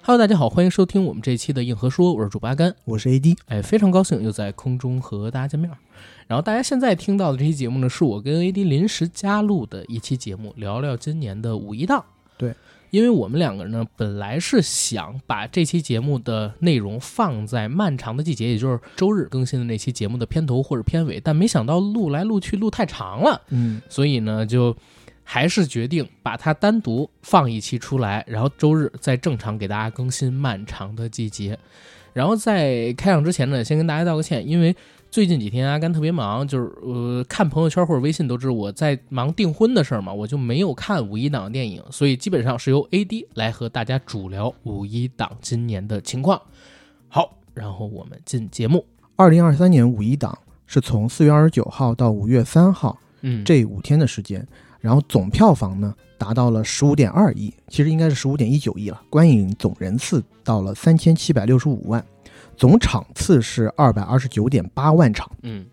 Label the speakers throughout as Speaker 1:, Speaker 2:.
Speaker 1: Hello，大家好，欢迎收听我们这期的硬核说，我是主播阿甘。
Speaker 2: 我是 AD，
Speaker 1: 哎，非常高兴又在空中和大家见面儿。然后大家现在听到的这期节目呢，是我跟 AD 临时加入的一期节目，聊聊今年的五一档。
Speaker 2: 对，
Speaker 1: 因为我们两个人呢，本来是想把这期节目的内容放在漫长的季节，也就是周日更新的那期节目的片头或者片尾，但没想到录来录去录太长了，
Speaker 2: 嗯，
Speaker 1: 所以呢，就还是决定把它单独放一期出来，然后周日再正常给大家更新《漫长的季节》。然后在开场之前呢，先跟大家道个歉，因为最近几天阿甘特别忙，就是呃看朋友圈或者微信都知道我在忙订婚的事儿嘛，我就没有看五一档的电影，所以基本上是由 AD 来和大家主聊五一档今年的情况。好，然后我们进节目。
Speaker 2: 二零二三年五一档是从四月二十九号到五月三号
Speaker 1: 嗯，
Speaker 2: 这五天的时间，然后总票房呢达到了十五点二亿，其实应该是十五点一九亿了，观影总人次到了三千七百六十五万，总场次是二百二十九点八万场，
Speaker 1: 嗯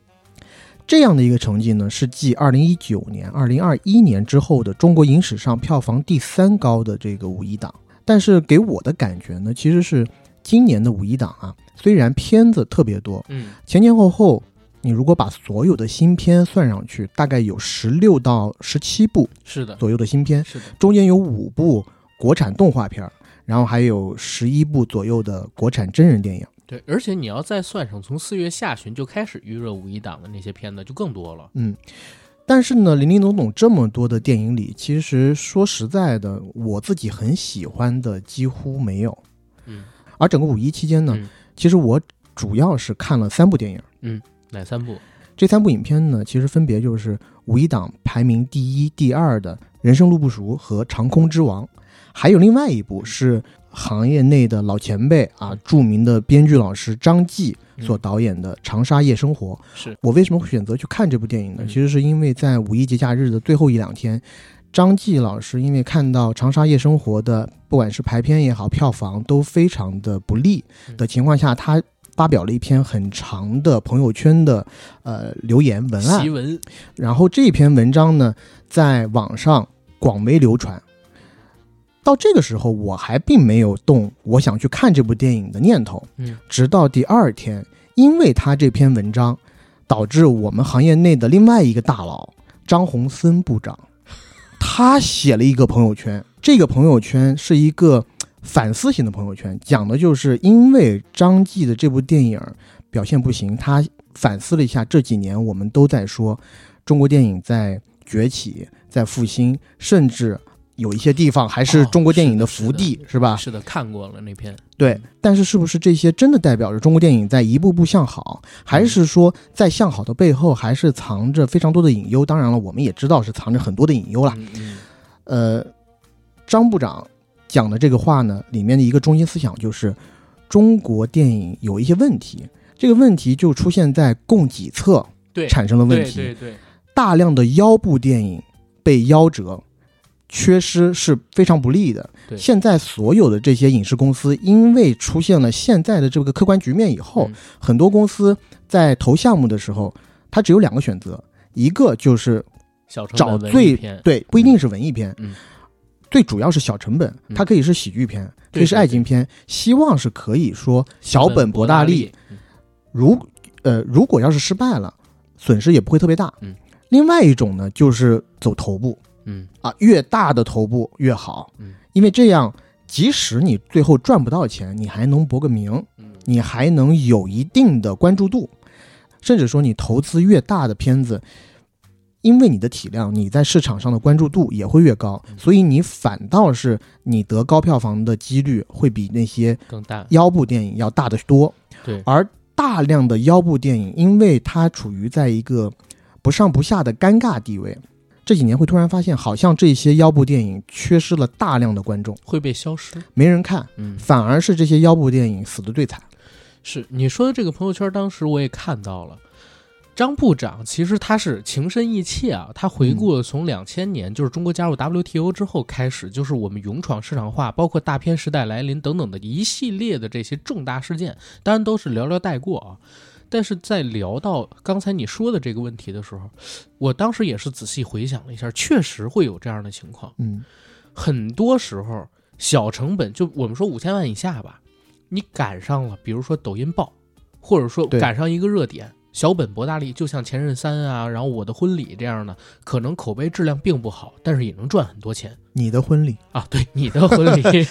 Speaker 2: 这样的一个成绩呢，是继二零一九年、二零二一年之后的中国影史上票房第三高的这个五一档。但是给我的感觉呢，其实是今年的五一档啊，虽然片子特别多，
Speaker 1: 嗯
Speaker 2: 前前后后，你如果把所有的新片算上去，大概有十六到十七部
Speaker 1: 是的，
Speaker 2: 左右的新片，
Speaker 1: 是的，
Speaker 2: 中间有五部国产动画片儿，然后还有十一部左右的国产真人电影。
Speaker 1: 对，而且你要再算上从四月下旬就开始预热五一档的那些片子，就更多了。
Speaker 2: 嗯，但是呢，林林总总这么多的电影里，其实说实在的，我自己很喜欢的几乎没有。
Speaker 1: 嗯，
Speaker 2: 而整个五一期间呢，
Speaker 1: 嗯
Speaker 2: 其实我主要是看了三部电影，
Speaker 1: 哪三部？
Speaker 2: 这三部影片呢，其实分别就是五一档排名第一、第二的《人生路不熟》和《长空之王》，还有另外一部是行业内的老前辈啊
Speaker 1: 嗯，
Speaker 2: 著名的编剧老师张继
Speaker 1: 嗯
Speaker 2: 所导演的《长沙夜生活》。
Speaker 1: 是
Speaker 2: 我为什么会选择去看这部电影呢？
Speaker 1: 嗯
Speaker 2: 其实是因为在五一节假日的最后一两天，张继老师因为看到《长沙夜生活》的不管是排片也好，票房都非常的不利
Speaker 1: 嗯
Speaker 2: 的情况下，他发表了一篇很长的朋友圈的呃留言文案
Speaker 1: 奇，闻，
Speaker 2: 然后这篇文章呢在网上广为流传。到这个时候，我还并没有动我想去看这部电影的念头。
Speaker 1: 嗯，
Speaker 2: 直到第二天，因为他这篇文章，导致我们行业内的另外一个大佬张宏森部长，他写了一个朋友圈。这个朋友圈是一个反思型的朋友圈，讲的就是因为张继的这部电影表现不行，他反思了一下这几年我们都在说中国电影在崛起、在复兴，甚至有一些地方还是
Speaker 1: 哦
Speaker 2: 中国电影的
Speaker 1: 是的
Speaker 2: 福地，是吧？
Speaker 1: 是的，看过了那篇。
Speaker 2: 对，但是是不是这些真的代表着中国电影在一步步向好，
Speaker 1: 嗯
Speaker 2: 还是说在向好的背后还是藏着非常多的隐忧？当然了，我们也知道是藏着很多的隐忧了。
Speaker 1: 嗯嗯
Speaker 2: 呃，张部长讲的这个话呢，里面的一个中心思想就是中国电影有一些问题，这个问题就出现在供给侧
Speaker 1: 对，
Speaker 2: 产生了问
Speaker 1: 对
Speaker 2: 题。
Speaker 1: 对对，
Speaker 2: 大量的腰部电影被夭折、缺失是非常不利的。
Speaker 1: 对
Speaker 2: 现在所有的这些影视公司，因为出现了现在的这个客观局面以后，
Speaker 1: 嗯
Speaker 2: 很多公司在投项目的时候，它只有两个选择，一个就是
Speaker 1: 小成
Speaker 2: 找
Speaker 1: 本文艺
Speaker 2: 最
Speaker 1: 片，
Speaker 2: 对，不一定是文艺片，
Speaker 1: 嗯
Speaker 2: 最主要是小成本，它可以是喜剧片，可
Speaker 1: 对
Speaker 2: 以是
Speaker 1: 对
Speaker 2: 爱
Speaker 1: 对
Speaker 2: 情片，希望是可以说小本博
Speaker 1: 大嗯
Speaker 2: 大利，，如呃，如果要是失败了，损失也不会特别大。
Speaker 1: 嗯，
Speaker 2: 另外一种呢，就是走头部
Speaker 1: 嗯
Speaker 2: 啊，越大的头部越好，
Speaker 1: 嗯
Speaker 2: 因为这样，即使你最后赚不到钱，你还能博个名，
Speaker 1: 嗯，
Speaker 2: 你还能有一定的关注度，甚至说你投资越大的片子。因为你的体量，你在市场上的关注度也会越高，
Speaker 1: 嗯
Speaker 2: 所以你反倒是你得高票房的几率会比那些
Speaker 1: 更大，
Speaker 2: 腰部电影要大得多。
Speaker 1: 对
Speaker 2: 而大量的腰部电影，因为它处于在一个不上不下的尴尬地位，这几年会突然发现，好像这些腰部电影缺失了大量的观众，
Speaker 1: 会被消失。
Speaker 2: 没人看，
Speaker 1: 嗯，
Speaker 2: 反而是这些腰部电影死的最惨。
Speaker 1: 是你说的这个朋友圈，当时我也看到了。张部长其实他是情深意切啊，他回顾了从两千年、就是中国加入 WTO 之后开始，就是我们勇闯市场化，包括大片时代来临等等的一系列的这些重大事件，当然都是寥寥带过啊。但是在聊到刚才你说的这个问题的时候，我当时也是仔细回想了一下，确实会有这样的情况。
Speaker 2: 嗯，
Speaker 1: 很多时候小成本，就我们说五千万以下吧，你赶上了，比如说抖音爆，或者说
Speaker 2: 对
Speaker 1: 赶上一个热点，小本博大利，就像《前任三》啊，然后《我的婚礼》这样的，可能口碑质量并不好，但是也能赚很多 钱
Speaker 2: 你的婚礼，
Speaker 1: 啊。对，你的婚 礼，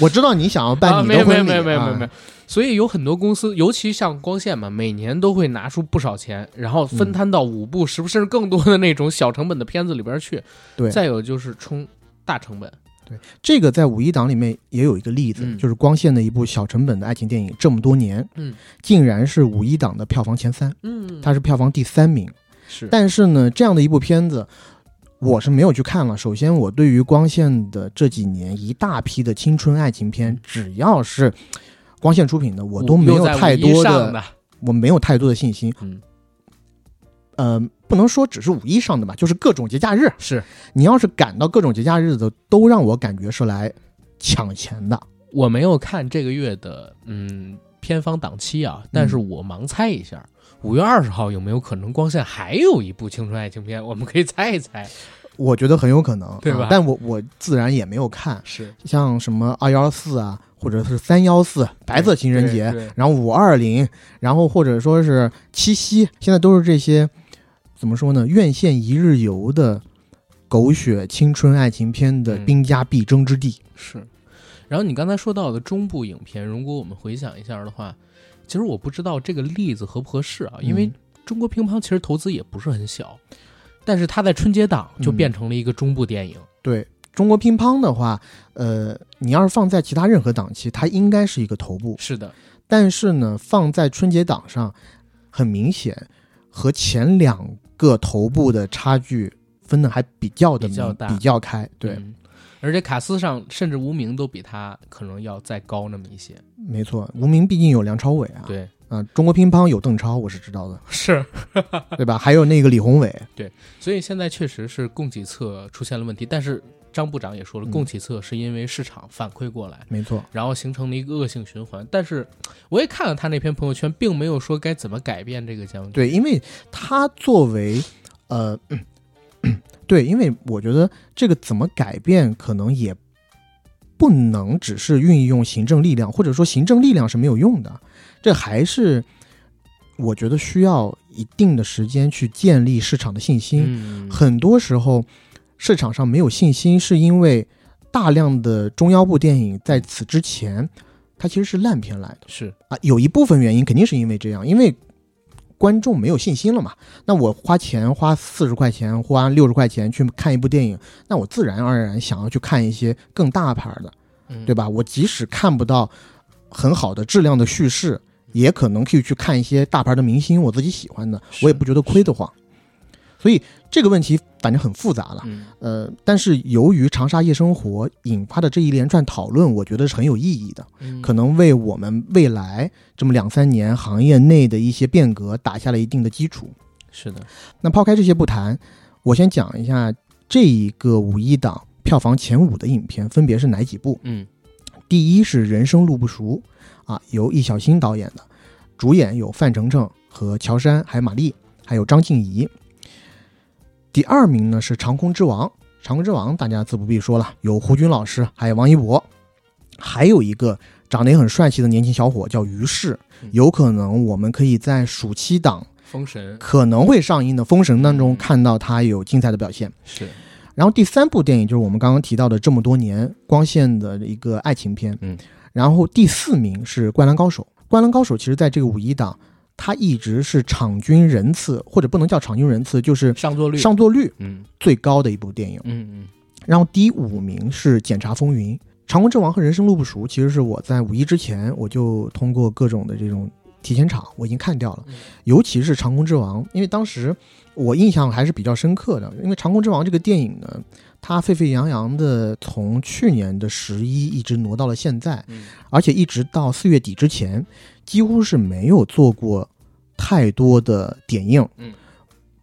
Speaker 2: 我知道你想要
Speaker 1: 啊
Speaker 2: 办 你
Speaker 1: 没
Speaker 2: 的
Speaker 1: 有
Speaker 2: 婚礼，
Speaker 1: 没有没有没有
Speaker 2: 啊
Speaker 1: 没有，所以有很多公司，尤其像光线嘛，每年都会拿出不少钱，然后分
Speaker 2: 嗯
Speaker 1: 摊到五部，甚至更多的那种小成本的片子里边去。
Speaker 2: 对
Speaker 1: 再有就是冲大成本，
Speaker 2: 这个在五一档里面也有一个例子，
Speaker 1: 嗯
Speaker 2: 就是光线的一部小成本的爱情电影，这么多年，
Speaker 1: 嗯，
Speaker 2: 竟然是五一档的票房前三，
Speaker 1: 嗯，
Speaker 2: 它是票房第三名。
Speaker 1: 是
Speaker 2: 但是呢，这样的一部片子，我是没有去看了。首先，我对于光线的这几年一大批的青春爱情片，
Speaker 1: 嗯
Speaker 2: 只要是光线出品的，我都没有太多
Speaker 1: 的
Speaker 2: 的，我没有太多的信心。
Speaker 1: 嗯，
Speaker 2: 呃，不能说只是五一上的吧，就是各种节假日，
Speaker 1: 是
Speaker 2: 你要是赶到各种节假日的，都让我感觉是来抢钱的。
Speaker 1: 我没有看这个月的嗯片方档期啊，但是
Speaker 2: 嗯
Speaker 1: 我盲猜一下，五、月二十号有没有可能光线还有一部青春爱情片？我们可以猜一 猜，
Speaker 2: 我觉得很有可能，
Speaker 1: 对吧
Speaker 2: 啊但我我自然也没有看，
Speaker 1: 是
Speaker 2: 像什么二幺四啊，或者是三幺四白色情人节，
Speaker 1: 节，
Speaker 2: 然后五二零，然后或者说是七夕，现在都是这些怎么说呢？院线一日游的狗血青春爱情片的
Speaker 1: 嗯
Speaker 2: 兵家必争之地。
Speaker 1: 是。然后你刚才说到的中部影片，如果我们回想一下的话，其实我不知道这个例子合不合适啊，因为
Speaker 2: 嗯
Speaker 1: 中国乒乓其实投资也不是很小，但是它在春节档就
Speaker 2: 嗯
Speaker 1: 变成了一个中部电影。
Speaker 2: 对中国乒乓的话，呃，你要是放在其他任何档期，它应该是一个头部，
Speaker 1: 是的，
Speaker 2: 但是呢，放在春节档上，很明显和前两个头部的差距分的还比较的
Speaker 1: 比较大
Speaker 2: 比较开。对，
Speaker 1: 嗯而且卡斯上甚至无名都比他可能要再高那么一些。
Speaker 2: 没错，无名毕竟有梁朝伟啊，
Speaker 1: 对，
Speaker 2: 啊，中国乒乓有邓超， 我是知道的，
Speaker 1: 是，
Speaker 2: 对吧？还有那个李宏伟，
Speaker 1: 所以现在确实是供给侧出现了问题，但是张部长也说了，
Speaker 2: 嗯
Speaker 1: 供给侧是因为市场反馈过来，
Speaker 2: 没错，
Speaker 1: 然后形成了一个恶性循环。但是我也看了他那篇朋友圈，并没有说该怎么改变这个僵局。
Speaker 2: 对，因为他作为，呃， 嗯嗯对，因为我觉得这个怎么改变，可能也不能只是运用行政力量，或者说行政力量是没有用的，这还是我觉得需要一定的时间去建立市场的信心。
Speaker 1: 嗯，
Speaker 2: 很多时候，市场上没有信心，是因为大量的中腰部电影在此之前，它其实是烂片来的。
Speaker 1: 是
Speaker 2: 啊，有一部分原因肯定是因为这样，因为观众没有信心了嘛。那我花钱花四十块钱，花六十块钱去看一部电影，那我自然而然想要去看一些更大牌的，
Speaker 1: 嗯
Speaker 2: 对吧？我即使看不到很好的质量的叙事，也可能可以去看一些大牌的明星，我自己喜欢的，
Speaker 1: 是
Speaker 2: 我也不觉得亏得慌。所以这个问题反正很复杂了，
Speaker 1: 嗯，
Speaker 2: 呃，但是由于长沙夜生活引发的这一连串讨论，我觉得是很有意义的。
Speaker 1: 嗯
Speaker 2: 可能为我们未来这么两三年行业内的一些变革打下了一定的基础。
Speaker 1: 是的，
Speaker 2: 那抛开这些不谈，我先讲一下这一个五一档票房前五的影片分别是哪几部。
Speaker 1: 嗯
Speaker 2: 第一是《人生路不熟》，啊，由易小星导演的，主演有范丞丞和乔杉，还有马丽，还有张婧仪。第二名呢是《长空之王》，《长空之王》大家自不必说了，有胡军老师，还有王一博，还有一个长得也很帅气的年轻小伙叫于适
Speaker 1: 嗯，
Speaker 2: 有可能我们可以在暑期档
Speaker 1: 封神
Speaker 2: 可能会上映的《封神》当中
Speaker 1: 嗯
Speaker 2: 看到他有精彩的表现。
Speaker 1: 是
Speaker 2: 然后第三部电影就是我们刚刚提到的这么多年光线的一个爱情片，
Speaker 1: 嗯，
Speaker 2: 然后第四名是《灌篮高手》。《灌篮高手》其实在这个五一档，它一直是场均人次或者不能叫场均人次，就是
Speaker 1: 上座率，
Speaker 2: 上座率
Speaker 1: 嗯
Speaker 2: 最高的一部电影。
Speaker 1: 嗯嗯
Speaker 2: 然后第五名是《检察风云》。《长空之王》和《人生路不熟》其实是我在五一之前我就通过各种的这种提前场我已经看掉了
Speaker 1: 嗯，
Speaker 2: 尤其是《长空之王》，因为当时我印象还是比较深刻的，因为《长空之王》这个电影呢，它沸沸扬扬的从去年的十一一直挪到了现在，
Speaker 1: 嗯，
Speaker 2: 而且一直到四月底之前，几乎是没有做过太多的点映。
Speaker 1: 嗯，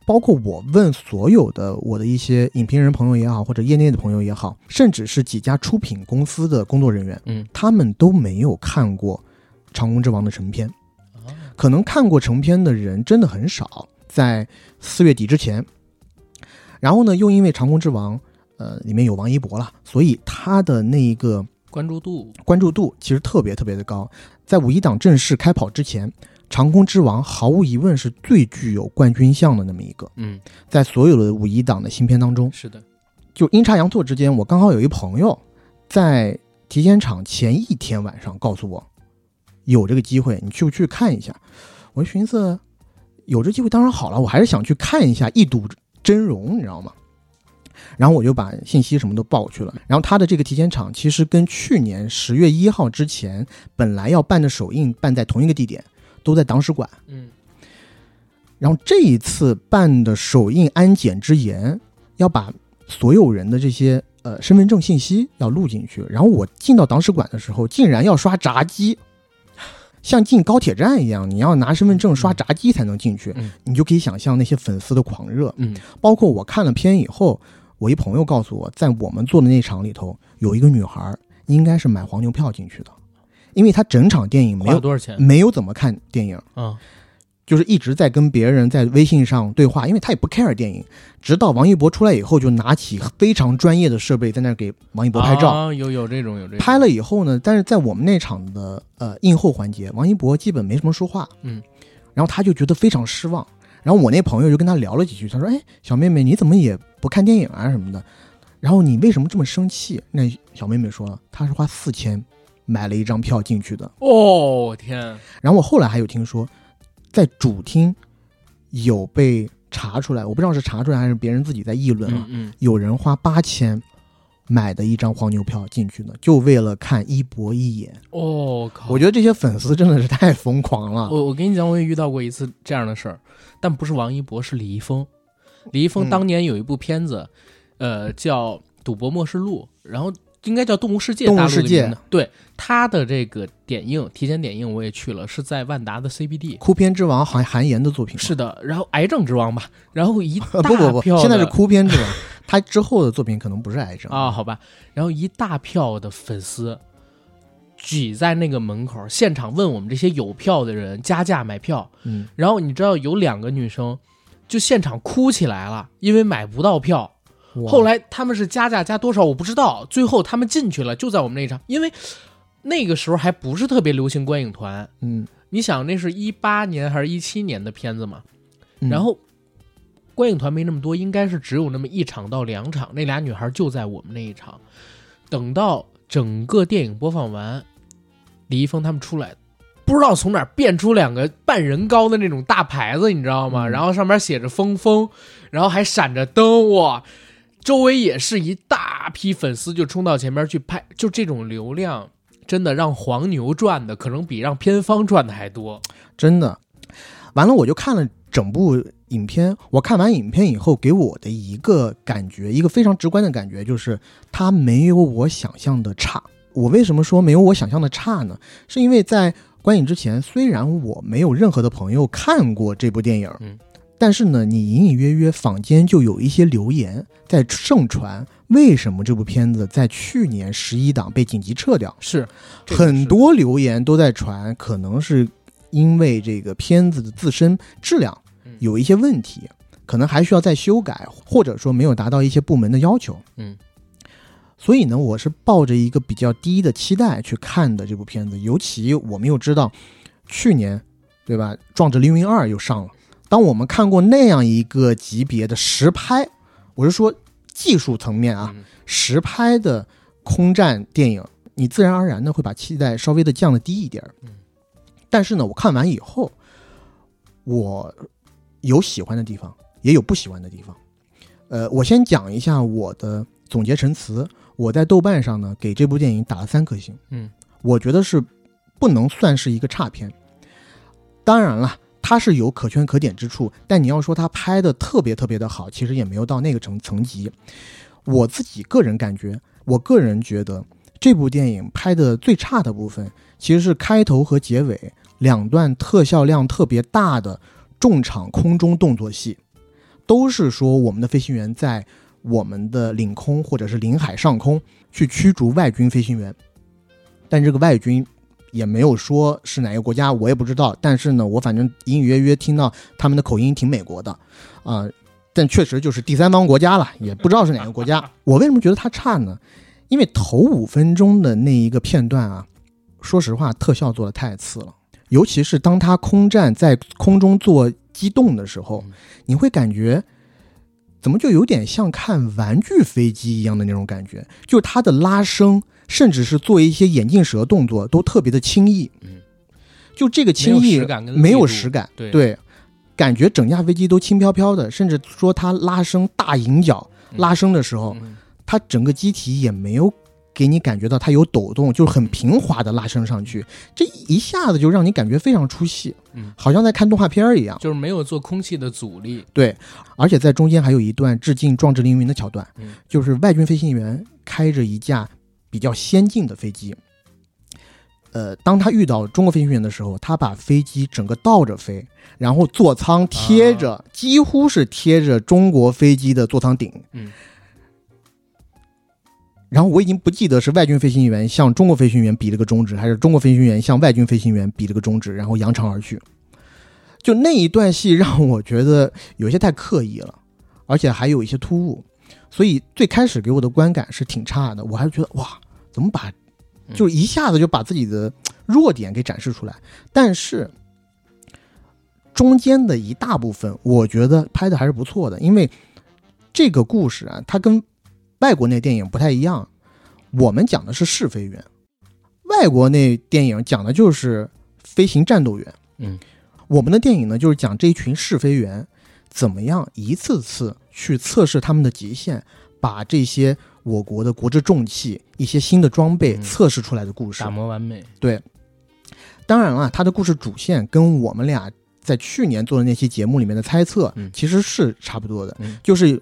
Speaker 2: 包括我问所有的我的一些影评人朋友也好，或者业内的朋友也好，甚至是几家出品公司的工作人员，
Speaker 1: 嗯，
Speaker 2: 他们都没有看过《长空之王》的成片。
Speaker 1: 啊
Speaker 2: 可能看过成片的人真的很少，在四月底之前。然后呢，又因为《长空之王》呃里面有王一博了，所以他的那一个
Speaker 1: 关注度，
Speaker 2: 关注度其实特别特别的高。在五一档正式开跑之前，《长空之王》毫无疑问是最具有冠军相的那么一个，
Speaker 1: 嗯，
Speaker 2: 在所有的五一档的新片当中，
Speaker 1: 是的，
Speaker 2: 就阴差阳错之间，我刚好有一朋友在体检场前一天晚上告诉我，有这个机会，你去不去看一下？我就寻思，有这机会当然好了，我还是想去看一下，一睹真容，你知道吗？然后我就把信息什么都报去了。然后他的这个体检场其实跟去年十月一号之前本来要办的首映办在同一个地点，都在党史馆。
Speaker 1: 嗯
Speaker 2: 然后这一次办的首映安检之言，要把所有人的这些呃身份证信息要录进去。然后我进到党史馆的时候，竟然要刷闸机，像进高铁站一样，你要拿身份证刷闸机才能进去。
Speaker 1: 嗯
Speaker 2: 你就可以想象那些粉丝的狂热。
Speaker 1: 嗯，
Speaker 2: 包括我看了片以后，我一朋友告诉我，在我们做的那场里头，有一个女孩儿应该是买黄牛票进去的，因为她整场电影没
Speaker 1: 花了
Speaker 2: 有嗯
Speaker 1: 多少钱？
Speaker 2: 没有怎么看电影。
Speaker 1: 啊，
Speaker 2: 就是一直在跟别人在微信上对话，因为他也不 care 电影。直到王一博出来以后，就拿起非常专业的设备在那儿给王一博拍照。
Speaker 1: 啊有有这种有这种
Speaker 2: 拍了以后呢，但是在我们那场的呃映后环节，王一博基本没什么说话，
Speaker 1: 嗯，
Speaker 2: 然后他就觉得非常失望。然后我那朋友就跟他聊了几句，他说：“哎，小妹妹，你怎么也不看电影啊什么的？然后你为什么这么生气？”那小妹妹说了，她是花四千买了一张票进去的。
Speaker 1: 哦，我天，
Speaker 2: 然后我后来还有听说，在主厅有被查出来，我不知道是查出来还是别人自己在议论啊，
Speaker 1: 嗯嗯，
Speaker 2: 有人花八千买的一张黄牛票进去的，就为了看一博一眼。
Speaker 1: 哦，我靠，
Speaker 2: 我觉得这些粉丝真的是太疯狂了。
Speaker 1: 我我跟你讲，我也遇到过一次这样的事儿，但不是王一博，是李易峰。李易峰
Speaker 2: 嗯
Speaker 1: 当年有一部片子，呃，叫《赌博默示录》，然后应该叫《动物世界》。
Speaker 2: 动物
Speaker 1: 大陆的
Speaker 2: 世界
Speaker 1: 名字对他的这个点映提前点映我也去了，是在万达的 CBD。
Speaker 2: 哭片之王韩韩延的作品吗
Speaker 1: 是的，然后癌症之王吧，然后一大
Speaker 2: 呃 不不不，
Speaker 1: 票的
Speaker 2: 现在是哭片之王，他之后的作品可能不是癌症
Speaker 1: 啊，。好吧，然后一大票的粉丝挤在那个门口，现场问我们这些有票的人加价买票，
Speaker 2: 嗯，
Speaker 1: 然后你知道有两个女生就现场哭起来了，因为买不到票。
Speaker 2: 哇
Speaker 1: 后来他们是加价加多少我不知道，最后他们进去了，就在我们那一场，因为那个时候还不是特别流行观影团。
Speaker 2: 嗯，
Speaker 1: 你想，那是一八年还是一七年的片子嘛？
Speaker 2: 嗯
Speaker 1: 然后观影团没那么多，应该是只有那么一场到两场。那俩女孩就在我们那一场。等到整个电影播放完，李易峰他们出来，不知道从哪儿变出两个半人高的那种大牌子，你知道吗？
Speaker 2: 嗯
Speaker 1: 然后上面写着“峰峰”，然后还闪着灯，哇！周围也是一大批粉丝就冲到前面去拍，就这种流量，真的让黄牛赚的可能比让片方赚的还多。
Speaker 2: 真的。完了，我就看了整部影片。我看完影片以后，给我的一个感觉，一个非常直观的感觉，就是它没有我想象的差。我为什么说没有我想象的差呢？是因为在观影之前，虽然我没有任何的朋友看过这部电影，
Speaker 1: 嗯，
Speaker 2: 但是呢，你隐隐约约坊间就有一些流言在盛传，为什么这部片子在去年十一档被紧急撤掉？
Speaker 1: 是，这个
Speaker 2: 很
Speaker 1: 是
Speaker 2: 多留言都在传，可能是因为这个片子的自身质量
Speaker 1: 嗯
Speaker 2: 有一些问题，可能还需要再修改，或者说没有达到一些部门的要求。
Speaker 1: 嗯，
Speaker 2: 所以呢，我是抱着一个比较低的期待去看的这部片子，尤其我们又知道去年对吧，《壮志凌云二》又上了。当我们看过那样一个级别的实拍，我是说技术层面啊，
Speaker 1: 嗯
Speaker 2: 实拍的空战电影，你自然而然的会把期待稍微的降的低一点儿
Speaker 1: 嗯。
Speaker 2: 但是呢，我看完以后，我有喜欢的地方，也有不喜欢的地方。呃，我先讲一下我的总结陈词。我在豆瓣上呢，给这部电影打了三颗星。
Speaker 1: 嗯，
Speaker 2: 我觉得是不能算是一个差片。当然了，它是有可圈可点之处，但你要说它拍的特别特别的好，其实也没有到那个层层级。我自己个人感觉，我个人觉得这部电影拍的最差的部分，其实是开头和结尾两段特效量特别大的重场空中动作戏，都是说我们的飞行员在我们的领空或者是领海上空去驱逐外军飞行员，但这个外军。也没有说是哪个国家，我也不知道。但是呢，我反正隐隐约约听到他们的口音挺美国的，啊、 但确实就是第三方国家了，也不知道是哪个国家。我为什么觉得它差呢？因为因为头五分钟的那一个片段啊，说实话，特效做的太次了，尤其是当他空战在空中做机动的时候
Speaker 1: 嗯，
Speaker 2: 你会感觉。怎么就有点像看玩具飞机一样的那种感觉？就是它的拉升，甚至是做一些眼镜蛇动作，都特别的轻易。
Speaker 1: 嗯，
Speaker 2: 就这个轻
Speaker 1: 没有
Speaker 2: 易
Speaker 1: 实感跟力
Speaker 2: 没有
Speaker 1: 度
Speaker 2: 实感，
Speaker 1: 对
Speaker 2: 对，感觉整架飞机都轻飘飘的，甚至说它拉升大引脚
Speaker 1: 嗯
Speaker 2: 拉升的时候，
Speaker 1: 嗯
Speaker 2: 它整个机体也没有给你感觉到它有抖动，就是很平滑的拉升上去，这一下子就让你感觉非常出戏，
Speaker 1: 嗯
Speaker 2: 好像在看动画片儿一样。
Speaker 1: 就是没有做空气的阻力，
Speaker 2: 对，而且在中间还有一段致敬《壮志凌云》的桥段，
Speaker 1: 嗯
Speaker 2: 就是外军飞行员开着一架比较先进的飞机，呃，当他遇到中国飞行员的时候，他把飞机整个倒着飞，然后座舱贴着，几乎是贴着中国飞机的座舱顶，
Speaker 1: 嗯。
Speaker 2: 然后我已经不记得是外军飞行员向中国飞行员比了个中指，还是中国飞行员向外军飞行员比了个中指，然后扬长而去。就那一段戏让我觉得有些太刻意了，而且还有一些突兀，所以最开始给我的观感是挺差的。我还是觉得哇，怎么把
Speaker 1: 嗯
Speaker 2: 就是一下子就把自己的弱点给展示出来？但是中间的一大部分，我觉得拍的还是不错的，因为这个故事啊，它跟外国那电影不太一样，我们讲的是试飞员，外国那电影讲的就是飞行战斗员。
Speaker 1: 嗯，
Speaker 2: 我们的电影呢，就是讲这一群试飞员怎么样一次次去测试他们的极限，把这些我国的国之重器、一些新的装备
Speaker 1: 嗯
Speaker 2: 测试出来的故事。
Speaker 1: 打磨完美，
Speaker 2: 当然了，它的故事主线跟我们俩在去年做的那期节目里面的猜测，
Speaker 1: 嗯
Speaker 2: 其实是差不多的，
Speaker 1: 嗯
Speaker 2: 就是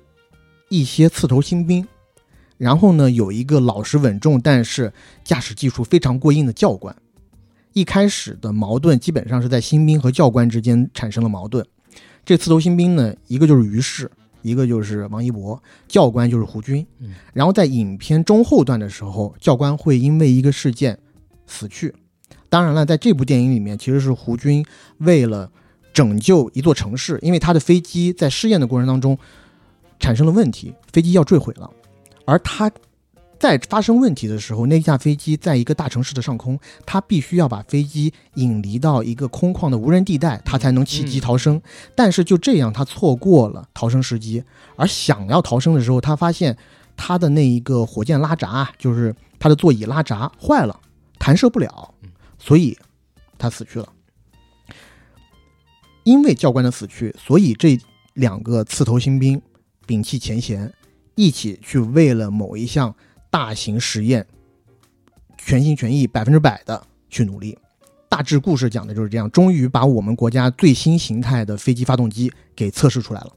Speaker 2: 一些刺头新兵，然后呢有一个老实稳重但是驾驶技术非常过硬的教官。一开始的矛盾基本上是在新兵和教官之间产生了矛盾。这刺头新兵呢，一个就是于适，一个就是王一博，教官就是胡军。
Speaker 1: 嗯
Speaker 2: 然后在影片中后段的时候，教官会因为一个事件死去。当然了，在这部电影里面，其实是胡军为了拯救一座城市，因为他的飞机在试验的过程当中产生了问题，飞机要坠毁了，而他。在发生问题的时候，那架飞机在一个大城市的上空，他必须要把飞机引离到一个空旷的无人地带，他才能弃机
Speaker 1: 嗯
Speaker 2: 逃生。但是就这样，他错过了逃生时机。而想要逃生的时候，他发现他的那一个火箭拉闸，就是他的座椅拉闸坏了，弹射不了
Speaker 1: 嗯，
Speaker 2: 所以他死去了。因为教官的死去，所以这两个刺头新兵摒弃前嫌，一起去为了某一项大型实验，全心全意、百分之百的去努力。大致故事讲的就是这样，终于把我们国家最新形态的飞机发动机给测试出来了。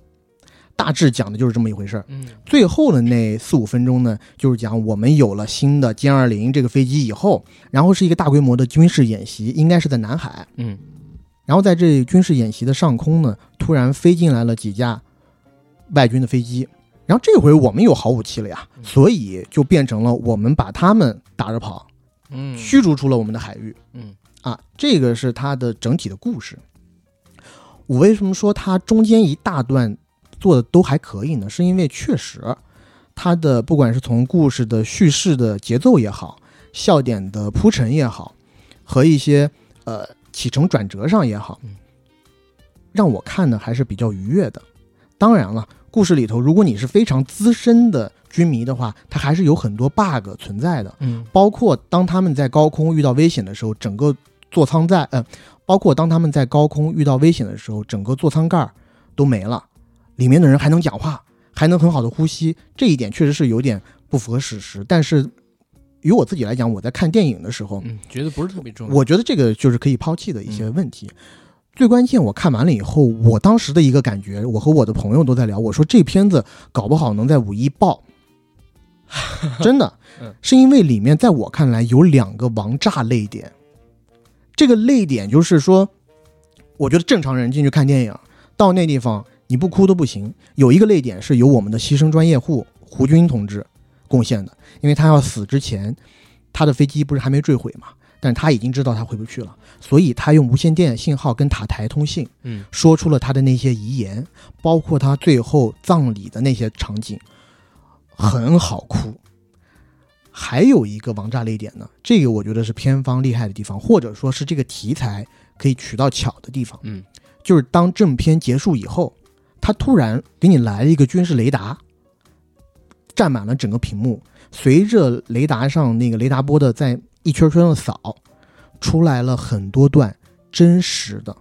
Speaker 2: 大致讲的就是这么一回事儿。
Speaker 1: 嗯
Speaker 2: 最后的那四五分钟呢，就是讲我们有了新的歼二零这个飞机以后，然后是一个大规模的军事演习，应该是在南海。
Speaker 1: 嗯
Speaker 2: 然后在这军事演习的上空呢，突然飞进来了几架外军的飞机。然后这回我们有好武器了呀，
Speaker 1: 嗯
Speaker 2: 所以就变成了我们把他们打着跑，
Speaker 1: 嗯
Speaker 2: 驱逐出了我们的海域。
Speaker 1: 嗯
Speaker 2: 啊，这个是它的整体的故事。我为什么说它中间一大段做的都还可以呢？是因为确实，它的不管是从故事的叙事的节奏也好，笑点的铺陈也好，和一些呃起承转折上也好
Speaker 1: 嗯，
Speaker 2: 让我看的还是比较愉悦的。当然了，故事里头，如果你是非常资深的军迷的话，它还是有很多 bug 存在的。
Speaker 1: 嗯
Speaker 2: 包括当他们在高空遇到危险的时候，整个座舱在呃，包括当他们在高空遇到危险的时候，整个座舱盖儿都没了，里面的人还能讲话，还能很好的呼吸，这一点确实是有点不符合史实。但是，于我自己来讲，我在看电影的时候，
Speaker 1: 嗯，觉得不是特别重要，嗯
Speaker 2: 我觉得这个就是可以抛弃的一些问题。最关键，我看完了以后，我当时的一个感觉，我和我的朋友都在聊，我说这片子搞不好能在五一爆，真的
Speaker 1: 嗯，
Speaker 2: 是因为里面在我看来有两个王炸泪点。这个泪点就是说，我觉得正常人进去看电影，到那地方你不哭都不行。有一个泪点是由我们的牺牲专业户胡军同志贡献的，因为他要死之前，他的飞机不是还没坠毁嘛，但是他已经知道他回不去了，所以他用无线电信号跟塔台通信，
Speaker 1: 嗯
Speaker 2: 说出了他的那些遗言，包括他最后葬礼的那些场景，很好哭。还有一个王炸泪点呢，这个我觉得是片方厉害的地方，或者说是这个题材可以取到巧的地方，
Speaker 1: 嗯，
Speaker 2: 就是当正片结束以后，他突然给你来了一个军事雷达，占满了整个屏幕，随着雷达上那个雷达波的在一圈圈的扫，出来了很多段真实的，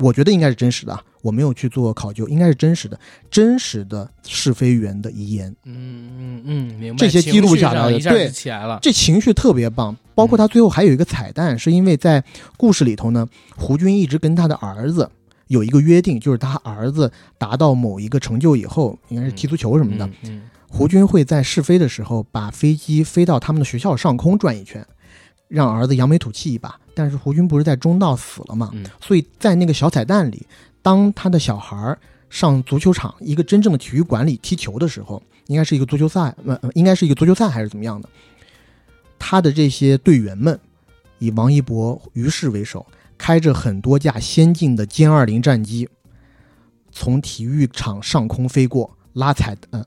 Speaker 2: 我觉得应该是真实的啊，我没有去做考究，应该是真实的，真实的试飞员的遗言。
Speaker 1: 嗯嗯嗯，明白。
Speaker 2: 这些记录
Speaker 1: 情绪
Speaker 2: 下来
Speaker 1: 上
Speaker 2: 的
Speaker 1: 一下就
Speaker 2: 对
Speaker 1: 起来了。
Speaker 2: 这情绪特别棒。包括他最后还有一个彩蛋，是因为在故事里头呢，胡军一直跟他的儿子有一个约定，就是他儿子达到某一个成就以后，应该是踢足球什么的，
Speaker 1: 嗯嗯
Speaker 2: 胡军会在试飞的时候把飞机飞到他们的学校上空转一圈，让儿子扬眉吐气一把。但是胡军不是在中道死了嘛，
Speaker 1: 嗯
Speaker 2: 所以在那个小彩蛋里，当他的小孩儿上足球场一个真正的体育馆里踢球的时候，应该是一个足球赛，呃，呃应该是一个足球赛还是怎么样的？他的这些队员们以王一博、于适为首，开着很多架先进的歼二零战机，从体育场上空飞过，拉彩呃，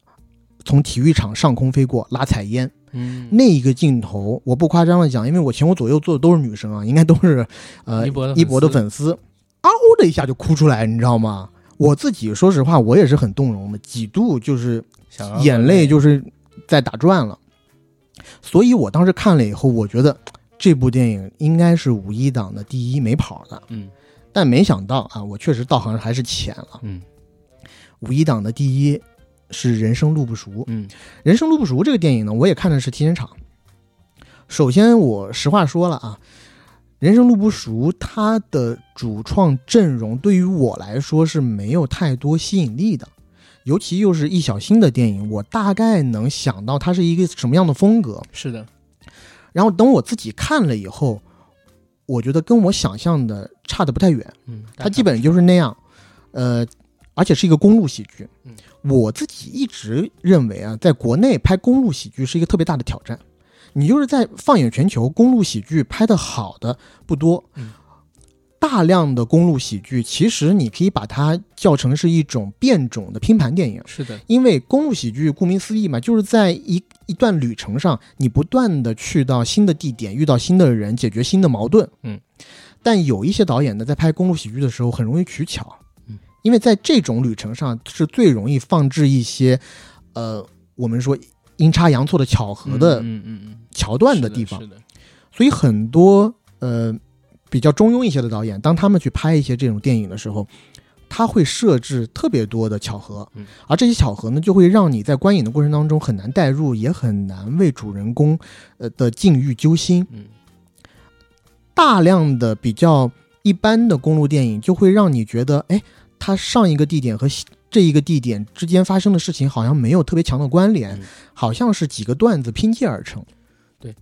Speaker 2: 从体育场上空飞过，拉彩烟。
Speaker 1: 嗯，
Speaker 2: 那一个镜头，我不夸张的讲，因为我前后左右坐的都是女生啊，应该都是呃
Speaker 1: 一博的粉丝
Speaker 2: 一博的粉丝，嗷的一下就哭出来，你知道吗？我自己说实话，我也是很动容的，几度就是
Speaker 1: 想要
Speaker 2: 眼泪就是在打转了。所以我当时看了以后，我觉得这部电影应该是五一档的第一没跑的，
Speaker 1: 嗯
Speaker 2: 但没想到啊，我确实道行还是浅了。
Speaker 1: 嗯
Speaker 2: 五一档的第一是《人生路不熟》，
Speaker 1: 嗯
Speaker 2: 《人生路不熟》这个电影呢，我也看的是提前场。首先，我实话说了啊，《人生路不熟》它的主创阵容对于我来说是没有太多吸引力的，尤其又是易小星的电影，我大概能想到它是一个什么样的风格。
Speaker 1: 是的，
Speaker 2: 然后等我自己看了以后，我觉得跟我想象的差的不太远。
Speaker 1: 嗯，
Speaker 2: 它基本就是那样，呃，而且是一个公路喜剧
Speaker 1: 嗯。
Speaker 2: 我自己一直认为啊，在国内拍公路喜剧是一个特别大的挑战。你就是在放眼全球，公路喜剧拍的好的不多
Speaker 1: 嗯，
Speaker 2: 大量的公路喜剧其实你可以把它叫成是一种变种的拼盘电影。
Speaker 1: 是的，
Speaker 2: 因为公路喜剧顾名思义嘛，就是在一一段旅程上，你不断的去到新的地点，遇到新的人，解决新的矛盾。
Speaker 1: 嗯，
Speaker 2: 但有一些导演呢，在拍公路喜剧的时候，很容易取巧。
Speaker 1: 嗯，
Speaker 2: 因为在这种旅程上，是最容易放置一些，呃，我们说阴差阳错的巧合的
Speaker 1: 嗯嗯嗯，
Speaker 2: 桥段
Speaker 1: 的
Speaker 2: 的地方。
Speaker 1: 是的，
Speaker 2: 所以很多呃比较中庸一些的导演，当他们去拍一些这种电影的时候，他会设置特别多的巧合
Speaker 1: 嗯，
Speaker 2: 而这些巧合呢，就会让你在观影的过程当中很难代入，也很难为主人公呃的境遇揪心。
Speaker 1: 嗯
Speaker 2: 大量的比较一般的公路电影，就会让你觉得，哎，它上一个地点和西这一个地点之间发生的事情好像没有特别强的关联，
Speaker 1: 嗯
Speaker 2: 好像是几个段子拼接而成。
Speaker 1: 对，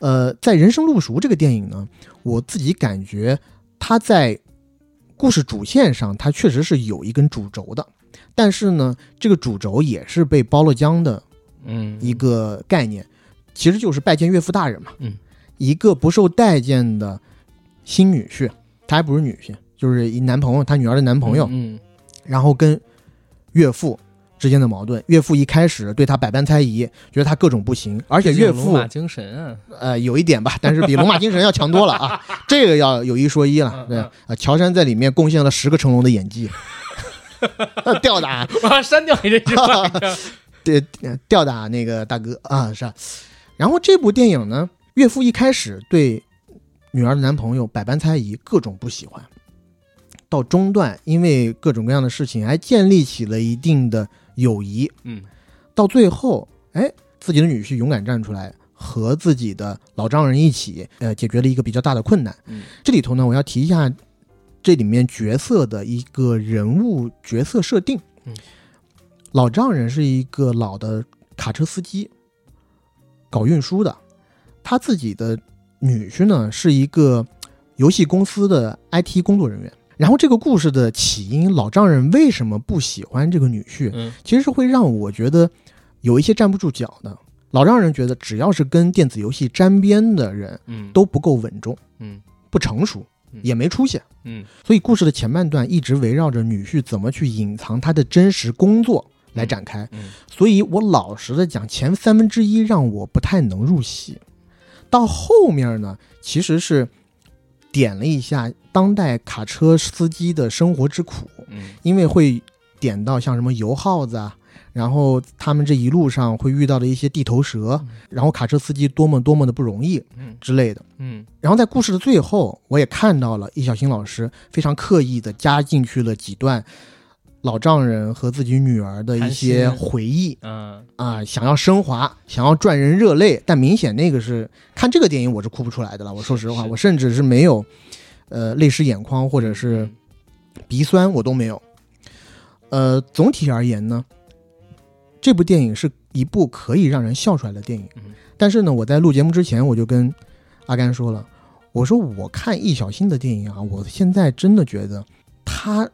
Speaker 2: 呃，在《人生路熟》这个电影呢，我自己感觉它在故事主线上，它确实是有一根主轴的，但是呢，这个主轴也是被包了浆的
Speaker 1: 嗯，
Speaker 2: 一个概念，其实就是拜见岳父大人嘛。
Speaker 1: 嗯，
Speaker 2: 一个不受待见的新女婿，他还不是女婿，就是一男朋友，他女儿的男朋友，
Speaker 1: 嗯，嗯
Speaker 2: 然后跟岳父之间的矛盾。岳父一开始对他百般猜疑，觉得他各种不行，而且
Speaker 1: 毕竟
Speaker 2: 岳
Speaker 1: 龙
Speaker 2: 父
Speaker 1: 马精神啊，
Speaker 2: 呃有一点吧，但是比龙马精神要强多了啊，这个要有一说一了。对，呃，乔杉在里面贡献了十个成龙的演技， 呃吊打
Speaker 1: 我要删掉你这句 话，
Speaker 2: 对，呃吊打那个大哥啊，是啊。然后这部电影呢，岳父一开始对女儿的男朋友百般猜疑，各种不喜欢，到中段因为各种各样的事情，还建立起了一定的友谊。
Speaker 1: 嗯
Speaker 2: 到最后，哎，自己的女婿勇敢站出来，和自己的老丈人一起，呃，解决了一个比较大的困难。
Speaker 1: 嗯
Speaker 2: 这里头呢，我要提一下这里面角色的一个人物角色设定。
Speaker 1: 嗯，
Speaker 2: 老丈人是一个老的卡车司机，搞运输的。他自己的女婿呢是一个游戏公司的 IT 工作人员。然后这个故事的起因，老丈人为什么不喜欢这个女婿，
Speaker 1: 嗯
Speaker 2: 其实是会让我觉得有一些站不住脚的。老丈人觉得只要是跟电子游戏沾边的人
Speaker 1: 嗯，
Speaker 2: 都不够稳重。
Speaker 1: 嗯
Speaker 2: 不成熟
Speaker 1: 嗯，
Speaker 2: 也没出息。
Speaker 1: 嗯
Speaker 2: 所以故事的前半段一直围绕着女婿怎么去隐藏他的真实工作来展开。
Speaker 1: 嗯
Speaker 2: 所以我老实的讲，前三分之一让我不太能入戏，到后面呢，其实是点了一下当代卡车司机的生活之苦，
Speaker 1: 嗯
Speaker 2: 因为会点到像什么油耗子啊，然后他们这一路上会遇到的一些地头蛇
Speaker 1: 嗯，
Speaker 2: 然后卡车司机多么多么的不容易
Speaker 1: 嗯
Speaker 2: 之类的。
Speaker 1: 嗯
Speaker 2: 然后在故事的最后，我也看到了易小星老师非常刻意的加进去了几段老丈人和自己女儿的一些
Speaker 1: 谈心
Speaker 2: 回忆，
Speaker 1: 嗯
Speaker 2: 啊、想要升华，想要赚人热泪，但明显那个是看这个电影我是哭不出来的了。我说实话，
Speaker 1: 是
Speaker 2: 我甚至是没有，呃，泪湿眼眶或者是鼻酸，我都没有。呃，总体而言呢，这部电影是一部可以让人笑出来的电影。
Speaker 1: 嗯
Speaker 2: 但是呢，我在录节目之前，我就跟阿甘说了，我说我看易小星的电影啊，我现在真的觉得他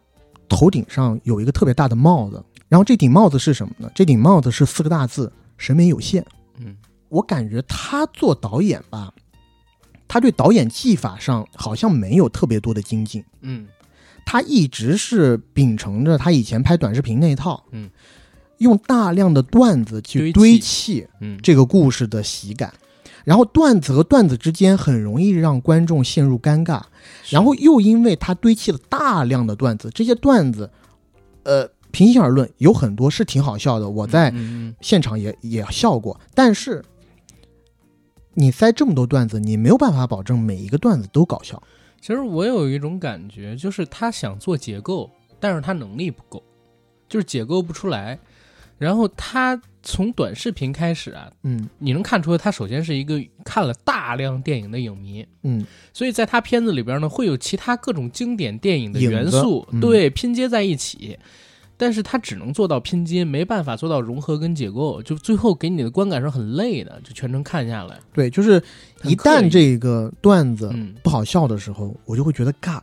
Speaker 2: 头顶上有一个特别大的帽子，然后这顶帽子是什么呢？这顶帽子是四个大字：审美有限。
Speaker 1: 嗯
Speaker 2: 我感觉他做导演吧，他对导演技法上好像没有特别多的精进。
Speaker 1: 嗯
Speaker 2: 他一直是秉承着他以前拍短视频那一套，
Speaker 1: 嗯，
Speaker 2: 用大量的段子去
Speaker 1: 堆砌
Speaker 2: 堆砌
Speaker 1: 嗯
Speaker 2: 这个故事的喜感，然后段子和段子之间很容易让观众陷入尴尬，然后又因为他堆砌了大量的段子，这些段子，呃，平心而论，有很多是挺好笑的，我在
Speaker 1: 嗯嗯
Speaker 2: 现场也也笑过，但是。你塞这么多段子，你没有办法保证每一个段子都搞笑。
Speaker 1: 其实我有一种感觉，就是他想做结构，但是他能力不够，就是解构不出来。然后他从短视频开始啊，
Speaker 2: 嗯
Speaker 1: 你能看出他首先是一个看了大量电影的影迷，
Speaker 2: 嗯，
Speaker 1: 所以在他片子里边呢，会有其他各种经典电影的
Speaker 2: 影
Speaker 1: 元
Speaker 2: 子
Speaker 1: 素，
Speaker 2: 嗯
Speaker 1: 对拼接在一起。但是他只能做到拼接，没办法做到融合跟解构，就最后给你的观感是很累的，就全程看下来。
Speaker 2: 对，就是
Speaker 1: 很
Speaker 2: 一
Speaker 1: 刻
Speaker 2: 旦
Speaker 1: 意
Speaker 2: 这个段子
Speaker 1: 嗯
Speaker 2: 不好笑的时候，我就会觉得尬。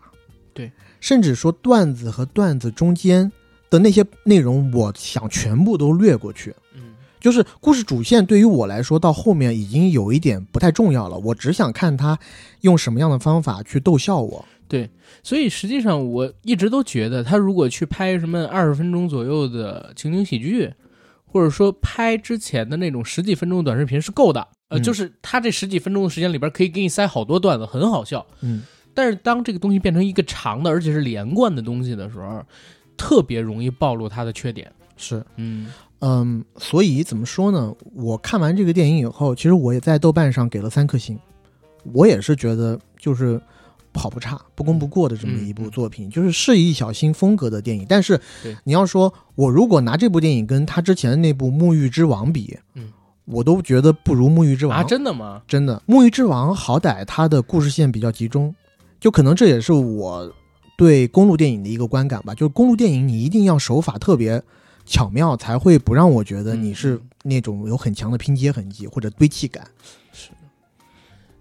Speaker 1: 对，
Speaker 2: 甚至说段子和段子中间的那些内容，我想全部都略过去。
Speaker 1: 嗯
Speaker 2: 就是故事主线对于我来说，到后面已经有一点不太重要了。我只想看他用什么样的方法去逗笑我。
Speaker 1: 所以实际上，我一直都觉得，他如果去拍什么二十分钟左右的情景喜剧，或者说拍之前的那种十几分钟的短视频是够的。呃，
Speaker 2: 嗯
Speaker 1: 就是他这十几分钟的时间里边，可以给你塞好多段子，很好笑。
Speaker 2: 嗯，
Speaker 1: 但是当这个东西变成一个长的，而且是连贯的东西的时候，特别容易暴露它的缺点。
Speaker 2: 是，
Speaker 1: 嗯
Speaker 2: 嗯，所以怎么说呢？我看完这个电影以后，其实我也在豆瓣上给了三颗星，我也是觉得就是不好不差、不功不过的这
Speaker 1: 嗯
Speaker 2: 么一部作品，就是是易小星风格的电影。但是
Speaker 1: 对
Speaker 2: 你要说，我如果拿这部电影跟他之前的那部《沐浴之王》比，
Speaker 1: 嗯，
Speaker 2: 我都觉得不如《沐浴之王
Speaker 1: 啊，》真的吗？
Speaker 2: 真的，《沐浴之王》好歹它的故事线比较集中，就可能这也是我对公路电影的一个观感吧。就是公路电影，你一定要手法特别巧妙，才会不让我觉得你是那种有很强的拼接痕迹或者堆砌感。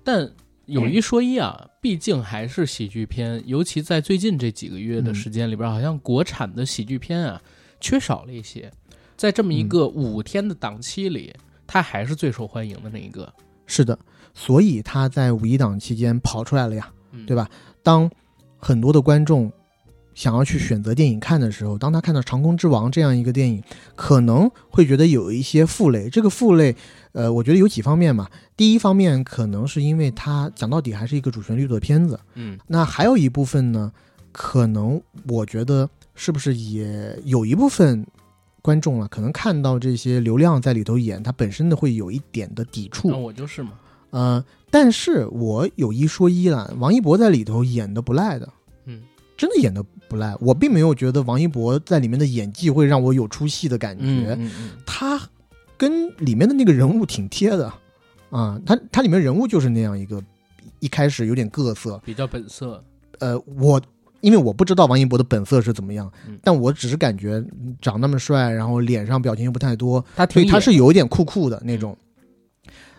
Speaker 1: 但有一说一啊，毕竟还是喜剧片，尤其在最近这几个月的时间里边，好像国产的喜剧片啊缺少了一些。在这么一个五天的档期里，它还是最受欢迎的那一个，
Speaker 2: 是的，所以他在五一档期间跑出来了呀，
Speaker 1: 嗯
Speaker 2: 对吧？当很多的观众想要去选择电影看的时候，当他看到《长空之王》这样一个电影，可能会觉得有一些负累。这个负累，呃，我觉得有几方面嘛。第一方面，可能是因为它讲到底还是一个主旋律的片子。
Speaker 1: 嗯
Speaker 2: 那还有一部分呢，可能我觉得是不是也有一部分观众啊，可能看到这些流量在里头演，他本身的会有一点的抵触。
Speaker 1: 那我就是嘛，
Speaker 2: 呃，但是我有一说一啦，王一博在里头演的不赖的，
Speaker 1: 嗯，
Speaker 2: 真的演的不赖。我并没有觉得王一博在里面的演技会让我有出戏的感觉，
Speaker 1: 嗯嗯
Speaker 2: 他跟里面的那个人物挺贴的啊，他他里面人物就是那样一个，一开始有点各色，
Speaker 1: 比较本色，
Speaker 2: 呃，我因为我不知道王一博的本色是怎么样
Speaker 1: 嗯，
Speaker 2: 但我只是感觉长那么帅，然后脸上表情又不太多，
Speaker 1: 他
Speaker 2: 所
Speaker 1: 挺
Speaker 2: 以他
Speaker 1: 野
Speaker 2: 是有一点酷酷的那种。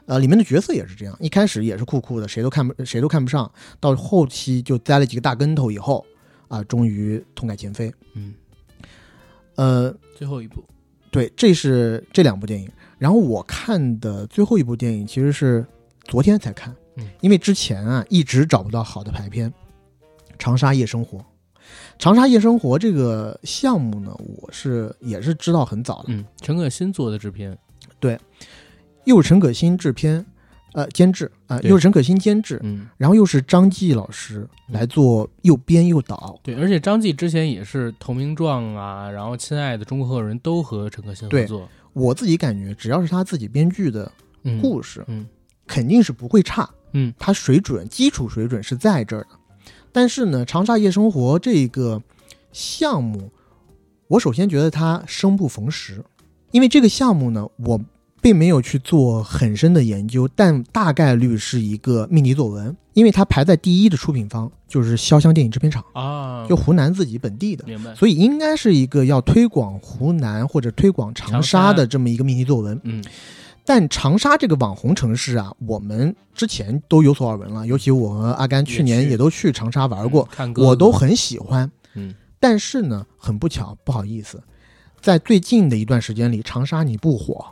Speaker 2: 呃，里面的角色也是这样，一开始也是酷酷的，谁都看不谁都看不上，到后期就栽了几个大跟头以后，啊、终于痛改前非。
Speaker 1: 嗯
Speaker 2: 呃，
Speaker 1: 最后一部，
Speaker 2: 对，这是这两部电影。然后我看的最后一部电影其实是昨天才看，
Speaker 1: 嗯
Speaker 2: 因为之前啊一直找不到好的排片，《长沙夜生活》。长沙夜生活这个项目呢，我是也是知道很早的，
Speaker 1: 嗯，陈可辛做的制片，
Speaker 2: 又是陈可辛制片，呃，监制啊、呃
Speaker 1: 对
Speaker 2: 又是陈可辛监制，
Speaker 1: 嗯，
Speaker 2: 然后又是张继老师来做又编又导，
Speaker 1: 对，而且张继之前也是《投名状》啊，然后《亲爱的中国合伙人》都和陈可辛合
Speaker 2: 对
Speaker 1: 作，
Speaker 2: 我自己感觉只要是他自己编剧的
Speaker 1: 嗯，
Speaker 2: 故事，
Speaker 1: 嗯
Speaker 2: 肯定是不会差，
Speaker 1: 嗯，
Speaker 2: 他水准基础水准是在这儿的。但是呢，长沙夜生活这个项目，我首先觉得它生不逢时，因为这个项目呢，我并没有去做很深的研究，但大概率是一个命题作文，因为它排在第一的出品方就是潇湘电影制片厂，
Speaker 1: 啊，
Speaker 2: 就湖南自己本地的。
Speaker 1: 明白，
Speaker 2: 所以应该是一个要推广湖南或者推广长沙的这么一个命题作文。
Speaker 1: 嗯
Speaker 2: 但长沙这个网红城市啊，我们之前都有所耳闻了，尤其我和阿甘去
Speaker 1: 也
Speaker 2: 年
Speaker 1: 去
Speaker 2: 也都去长沙玩
Speaker 1: 嗯
Speaker 2: 过，
Speaker 1: 看哥
Speaker 2: 我都
Speaker 1: 哥
Speaker 2: 很喜欢。
Speaker 1: 嗯，
Speaker 2: 但是呢，很不巧，不好意思，在最近的一段时间里，长沙你不火。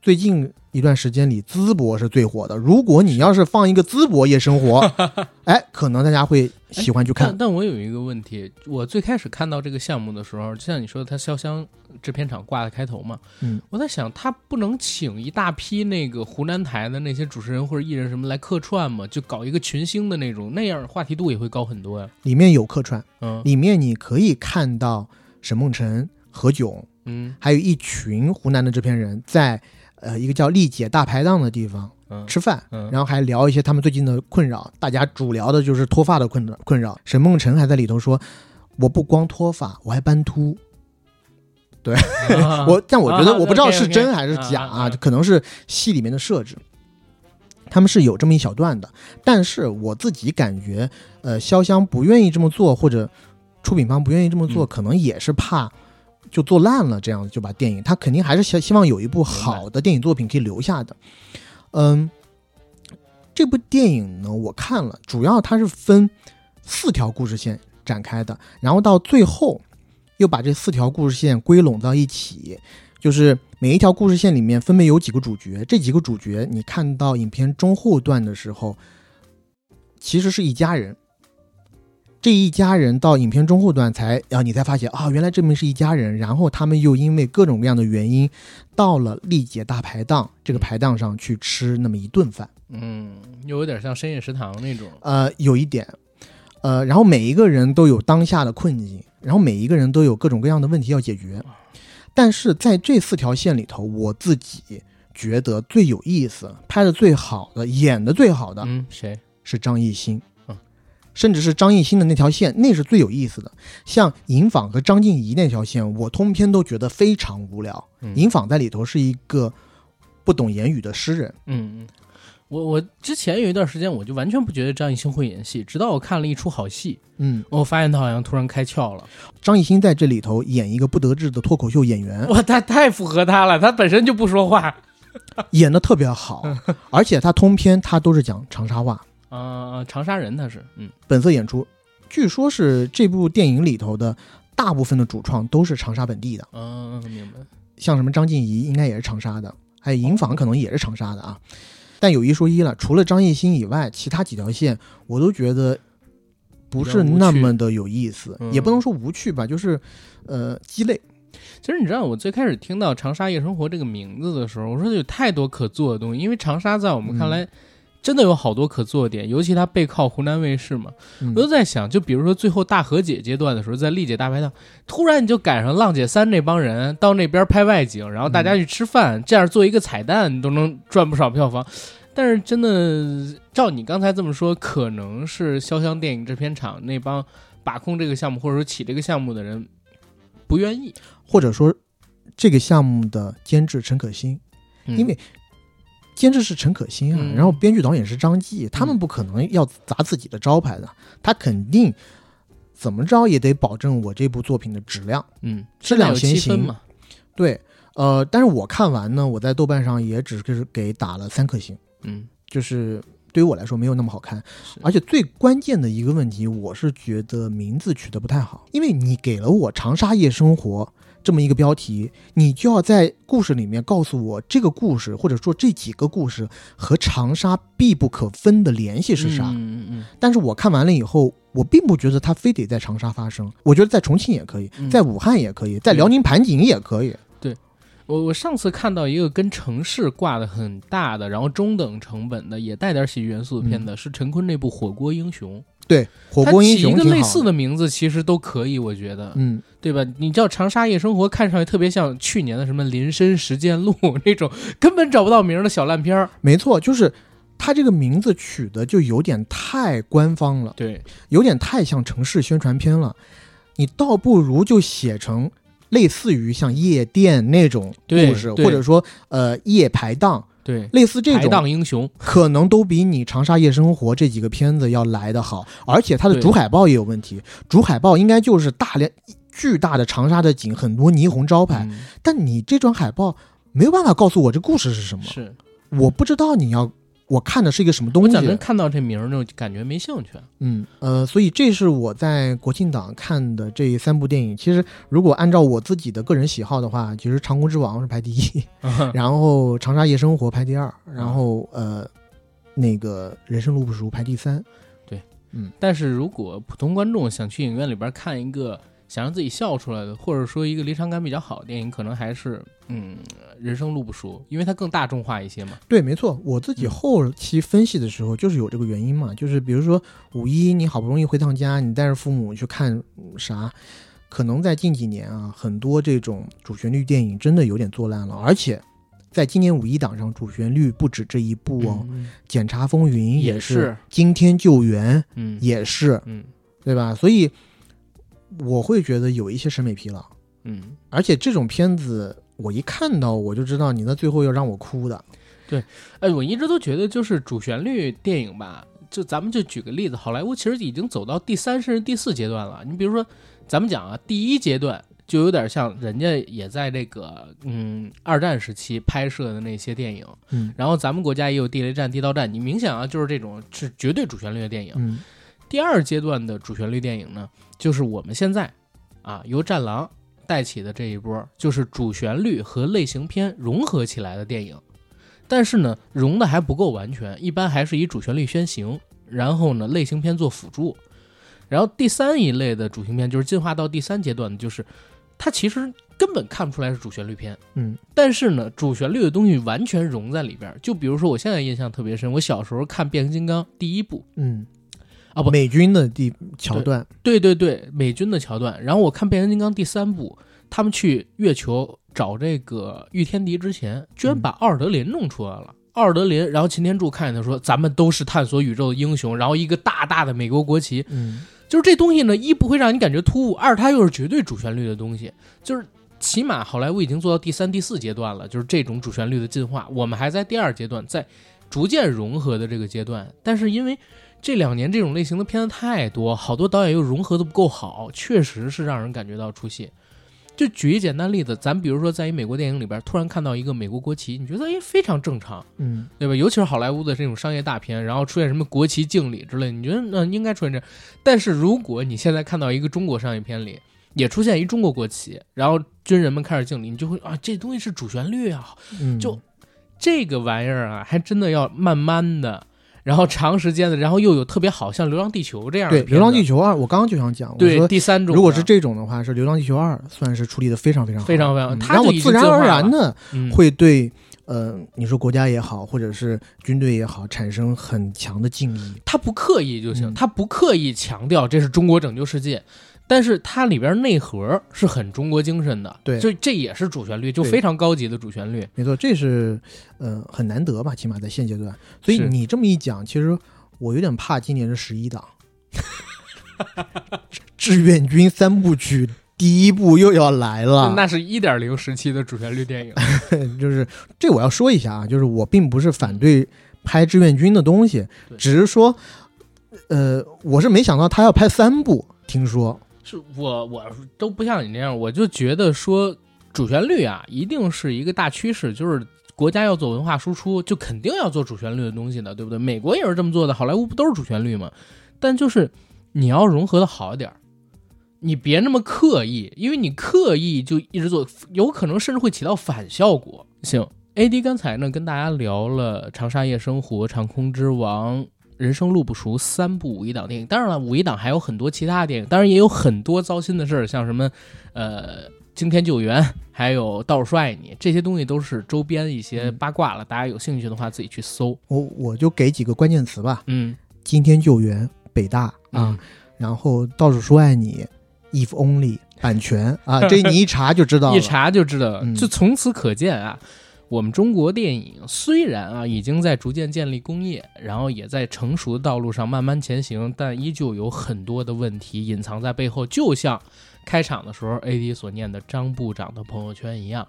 Speaker 2: 最近一段时间里，淄博是最火的。如果你要是放一个淄博夜生 活，哎，可能大家会喜欢去看
Speaker 1: 但。但我有一个问题，我最开始看到这个项目的时候，就像你说的，他潇湘制片厂挂的开头嘛，
Speaker 2: 嗯，
Speaker 1: 我在想，他不能请一大批那个湖南台的那些主持人或者艺人什么来客串嘛，就搞一个群星的那种，那样话题度也会高很多呀。
Speaker 2: 里面有客串，
Speaker 1: 嗯
Speaker 2: 里面你可以看到沈梦辰、何炅，
Speaker 1: 嗯
Speaker 2: 还有一群湖南的制片人在呃一个叫丽姐大排档的地方
Speaker 1: 嗯，
Speaker 2: 吃饭，
Speaker 1: 嗯
Speaker 2: 然后还聊一些他们最近的困扰。大家主聊的就是脱发的困扰困扰。沈梦辰还在里头说：“我不光脱发，我还斑秃。
Speaker 1: 啊
Speaker 2: 我但我觉得
Speaker 1: 啊
Speaker 2: 我不知道
Speaker 1: OK，OK，
Speaker 2: 是真还是假
Speaker 1: 啊啊啊
Speaker 2: 可能是戏里面的设置。他们是有这么一小段的，但是我自己感觉，呃，潇湘不愿意这么做，或者出品方不愿意这么做，
Speaker 1: 嗯
Speaker 2: 可能也是怕就做烂了，这样子就把电影，他肯定还是希希望有一部好的电影作品可以留下的。嗯，这部电影呢，我看了，主要它是分四条故事线展开的，然后到最后又把这四条故事线归拢到一起，就是每一条故事线里面分别有几个主角，这几个主角你看到影片中后段的时候，其实是一家人。这一家人到影片中后段才啊，你才发现啊，原来这们是一家人。然后他们又因为各种各样的原因，到了丽姐大排档这个排档上去吃那么一顿饭。
Speaker 1: 嗯，又有点像深夜食堂那种，
Speaker 2: 呃，有一点，呃，然后每一个人都有当下的困境，然后每一个人都有各种各样的问题要解决。但是在这四条线里头，我自己觉得最有意思、拍的最好的、演的最 好的
Speaker 1: 嗯，谁？
Speaker 2: 是张艺兴啊
Speaker 1: 嗯，
Speaker 2: 甚至是张艺兴的那条线，那是最有意思的。像尹昉和张婧仪那条线，我通篇都觉得非常无聊。
Speaker 1: 嗯
Speaker 2: 尹昉在里头是一个不懂言语的诗人，
Speaker 1: 嗯，嗯，我我之前有一段时间我就完全不觉得张艺兴会演戏，直到我看了一出好戏，
Speaker 2: 嗯，
Speaker 1: 我发现他好像突然开窍了。
Speaker 2: 张艺兴在这里头演一个不得志的脱口秀演员，
Speaker 1: 哇，他太符合他了，他本身就不说话。
Speaker 2: 演的特别 好，而且他通篇他都是讲长沙话，
Speaker 1: 啊、长沙人他是，嗯
Speaker 2: 本色演出。据说是这部电影里头的大部分的主创都是长沙本地的，
Speaker 1: 嗯、明白。
Speaker 2: 像什么张婧仪应该也是长沙的，还有
Speaker 1: 哦
Speaker 2: 尹昉可能也是长沙的啊。但有一说一了，除了张艺兴以外，其他几条线我都觉得不是那么的有意思，
Speaker 1: 嗯
Speaker 2: 也不能说无趣吧，就是呃鸡肋。
Speaker 1: 其实你知道，我最开始听到“长沙夜生活”这个名字的时候，我说有太多可做的东西，因为长沙在我们看来。真的有好多可做的点，尤其它背靠湖南卫视嘛，
Speaker 2: 嗯
Speaker 1: 我就在想，就比如说最后大和解阶段的时候，在丽姐大排档，突然你就赶上浪姐三那帮人到那边拍外景，然后大家
Speaker 2: 嗯
Speaker 1: 去吃饭，这样做一个彩蛋，你都能赚不少票房。但是真的，照你刚才这么说，可能是潇湘电影制片厂那帮把控这个项目或者说起这个项目的人不愿意，
Speaker 2: 或者说这个项目的监制陈可辛，
Speaker 1: 嗯
Speaker 2: 因为监制是陈可辛啊，
Speaker 1: 嗯
Speaker 2: 然后编剧导演是张继，他们不可能要砸自己的招牌的，他肯定怎么着也得保证我这部作品的质量。
Speaker 1: 嗯
Speaker 2: 质量
Speaker 1: 现在
Speaker 2: 先
Speaker 1: 有
Speaker 2: 行
Speaker 1: 七分嘛，
Speaker 2: 对，呃，但是我看完呢，我在豆瓣上也只是给打了三颗星，
Speaker 1: 嗯
Speaker 2: 就是啊对于我来说没有那么好看
Speaker 1: 是，
Speaker 2: 而且最关键的一个问题，我是觉得名字取得不太好，因为你给了我长沙夜生活。这么一个标题，你就要在故事里面告诉我这个故事或者说这几个故事和长沙密不可分的联系是啥。
Speaker 1: 嗯嗯
Speaker 2: 但是我看完了以后，我并不觉得它非得在长沙发生，我觉得在重庆也可以，
Speaker 1: 嗯
Speaker 2: 在武汉也可以，在辽宁盘锦也可以。
Speaker 1: 嗯，我我上次看到一个跟城市挂的很大的，然后中等成本的，也带点喜剧元素的片子，是陈坤那部《火锅英雄》。
Speaker 2: 对，火锅英
Speaker 1: 它起
Speaker 2: 雄
Speaker 1: 一
Speaker 2: 挺
Speaker 1: 个
Speaker 2: 好
Speaker 1: 类似的名字其实都可以，我觉得，
Speaker 2: 嗯，
Speaker 1: 对吧？你叫长沙夜生活，看上去特别像去年的什么《林深时见录》 那种根本找不到名儿的小烂片儿。
Speaker 2: 没错，就是它这个名字取的就有点太官方了，
Speaker 1: 对，
Speaker 2: 有点太像城市宣传片了。你倒不如就写成类似于像夜店那种
Speaker 1: 对
Speaker 2: 故事，
Speaker 1: 对
Speaker 2: 或者说呃夜排档，
Speaker 1: 对，
Speaker 2: 类似这
Speaker 1: 排
Speaker 2: 种，
Speaker 1: 档英雄，
Speaker 2: 可能都比你《长沙夜生活》这几个片子要来得好。而且它的
Speaker 1: 对
Speaker 2: 主海报也有问题，主海报应该就是大量巨大的长沙的景，很多霓虹招牌，
Speaker 1: 嗯
Speaker 2: 但你这张海报没有办法告诉我这故事是什么。
Speaker 1: 是
Speaker 2: 我不知道你要我看的是一个什么
Speaker 1: 我
Speaker 2: 东
Speaker 1: 咋能
Speaker 2: 西。
Speaker 1: 看到这名儿就感觉没兴趣啊？
Speaker 2: 嗯，呃，所以这是我在国庆档看的这三部电影。其实如果按照我自己的个人喜好的话，其实《长空之王》是排 第一，然后《长沙夜生活》排第二，然后
Speaker 1: 啊
Speaker 2: 呃，那个《人生路不熟》排第三。
Speaker 1: 但是如果普通观众想去影院里边看一个想让自己笑出来的，或者说一个离场感比较好的电影，可能还是嗯，人生路不熟，因为它更大众化一些嘛。
Speaker 2: 对，没错，我自己
Speaker 1: 嗯
Speaker 2: 后期分析的时候就是有这个原因嘛，就是比如说五一你好不容易回趟家，你带着父母去看嗯啥，可能在近几年啊，很多这种主旋律电影真的有点做烂了，而且在今年五一档上，主旋律不止这一部哦，
Speaker 1: 嗯
Speaker 2: 检察风云》
Speaker 1: 也
Speaker 2: 是，
Speaker 1: 是
Speaker 2: 惊天救援》
Speaker 1: 嗯
Speaker 2: 也是，
Speaker 1: 嗯
Speaker 2: 对吧？所以我会觉得有一些审美疲劳，
Speaker 1: 嗯，
Speaker 2: 而且这种片子我一看到我就知道你那最后要让我哭的，
Speaker 1: 哎，我一直都觉得就是主旋律电影吧，就咱们就举个例子，好莱坞其实已经走到第三甚至第四阶段了。你比如说，咱们讲啊，第一阶段。就有点像人家也在这个嗯二战时期拍摄的那些电影，
Speaker 2: 嗯
Speaker 1: 然后咱们国家也有地雷战、地道战，你明显啊，就是这种是绝对主旋律的电影。
Speaker 2: 嗯。
Speaker 1: 第二阶段的主旋律电影呢，就是我们现在啊由《战狼》带起的这一波，就是主旋律和类型片融合起来的电影。但是呢，融的还不够完全，一般还是以主旋律先行，然后呢类型片做辅助。然后第三一类的主旋律片就是进化到第三阶段的，就是它其实根本看不出来是主旋律片，
Speaker 2: 嗯
Speaker 1: 但是呢，主旋律的东西完全融在里边儿。就比如说，我现在印象特别深，我小时候看《变形金刚》第一部，
Speaker 2: 嗯，
Speaker 1: 啊不
Speaker 2: 美军的地桥段，
Speaker 1: 对对对，美军的桥段。然后我看《变形金刚》第三部，他们去月球找这个御天敌之前，居然把奥尔德林弄出来了。奥尔德林，然后擎天柱看见他说：“咱们都是探索宇宙的英雄。”然后一个大大的美国国旗，
Speaker 2: 嗯，
Speaker 1: 就是这东西呢，一不会让你感觉突兀，二它又是绝对主旋律的东西，就是起码好莱坞已经做到第三、第四阶段了，就是这种主旋律的进化，我们还在第二阶段，在逐渐融合的这个阶段。但是因为这两年这种类型的片子太多，好多导演又融合的不够好，确实是让人感觉到出戏。就举一简单例子，咱比如说在一美国电影里边突然看到一个美国国旗，你觉得哎非常正常，
Speaker 2: 嗯，
Speaker 1: 对吧？尤其是好莱坞的这种商业大片，然后出现什么国旗敬礼之类，你觉得那、应该出现这样？但是如果你现在看到一个中国商业片里也出现一中国国旗，然后军人们开始敬礼，你就会啊，这东西是主旋律啊，
Speaker 2: 嗯
Speaker 1: 就这个玩意儿啊，还真的要慢慢的，然后长时间的，然后又有特别好像《流浪地球》这样的
Speaker 2: 对《流浪地
Speaker 1: 球
Speaker 2: 球二》，我刚刚就想讲，》我
Speaker 1: 对
Speaker 2: 说
Speaker 1: 第三种的，
Speaker 2: 如果是这种的话，是《流浪地球二》算是处理的非常非常好，
Speaker 1: 非常非常
Speaker 2: 嗯
Speaker 1: 它
Speaker 2: 让
Speaker 1: 就
Speaker 2: 我
Speaker 1: 已
Speaker 2: 自
Speaker 1: 经
Speaker 2: 然
Speaker 1: 进化
Speaker 2: 而然
Speaker 1: 了
Speaker 2: 的
Speaker 1: 嗯
Speaker 2: 会对，呃，你说国家也好，或者是军队也好，产生很强的敬意。
Speaker 1: 他不刻意就行，
Speaker 2: 嗯
Speaker 1: 他不刻意强调这是中国拯救世界，但是它里边内核是很中国精神的，
Speaker 2: 对
Speaker 1: 就这也是主旋律，就
Speaker 2: 对
Speaker 1: 非常高级的主旋律，
Speaker 2: 没错，这是呃很难得吧，起码在现阶段。所以
Speaker 1: 是
Speaker 2: 你这么一讲，其实我有点怕今年是十 一档，志愿军三部曲第一部又要来了。
Speaker 1: 那是一点零时期的主旋律电影，
Speaker 2: 就是这我要说一下啊，就是我并不是反对拍志愿军的东西
Speaker 1: 对，
Speaker 2: 只是说，呃，我是没想到他要拍三部，听说，
Speaker 1: 是我我都不像你这样，我就觉得说主旋律啊，一定是一个大趋势，就是。国家要做文化输出，就肯定要做主旋律的东西的，对不对？美国也是这么做的，好莱坞不都是主旋律吗？但就是你要融合的好一点儿，你别那么刻意，因为你刻意就一直做，有可能甚至会起到反效果。行，AD 刚才呢跟大家聊了《长沙夜生活》《长空之王》。人生路不熟，三部五一档电影。当然了，五一档还有很多其他电影，当然也有很多糟心的事儿，像什么，呃，惊天救援，还有道士爱你，这些东西都是周边一些八卦了。大家有兴趣的话，自己去搜。
Speaker 2: 我我就给几个关键词吧：
Speaker 1: 嗯
Speaker 2: 今天救援、北大啊，，然后到处说爱你、If Only、版权啊，这你一查就知道了。
Speaker 1: 一查就知道了。
Speaker 2: 嗯
Speaker 1: 就从此可见啊，我们中国电影虽然啊已经在逐渐建立工业，然后也在成熟的道路上慢慢前行，但依旧有很多的问题隐藏在背后。就像开场的时候 AD 所念的张部长的朋友圈一样，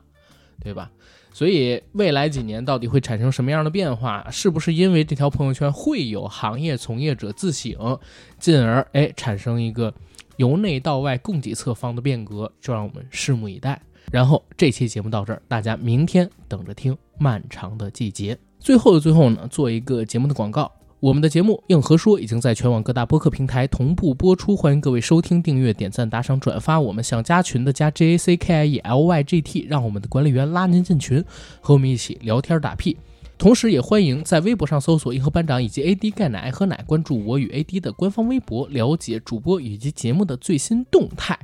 Speaker 1: 对吧？所以未来几年到底会产生什么样的变化？是不是因为这条朋友圈会有行业从业者自省，进而哎产生一个由内到外供给侧方的变革？就让我们拭目以待。然后这期节目到这儿，大家明天等着听《漫长的季节》。最后的最后呢，做一个节目的广告。我们的节目《硬核说》已经在全网各大播客平台同步播出，欢迎各位收听、订阅、点赞、打赏、转发。我们想加群的加 J A C K I E L Y G T，让我们的管理员拉您进群，和我们一起聊天打屁。同时，也欢迎在微博上搜索“硬核班长”以及 AD 钙奶爱喝奶，关注我与 AD 的官方微博，了解主播以及节目的最新动态。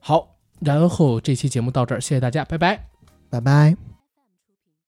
Speaker 1: 好，然后这期节目到这儿，谢谢大家，拜拜。
Speaker 2: 拜拜。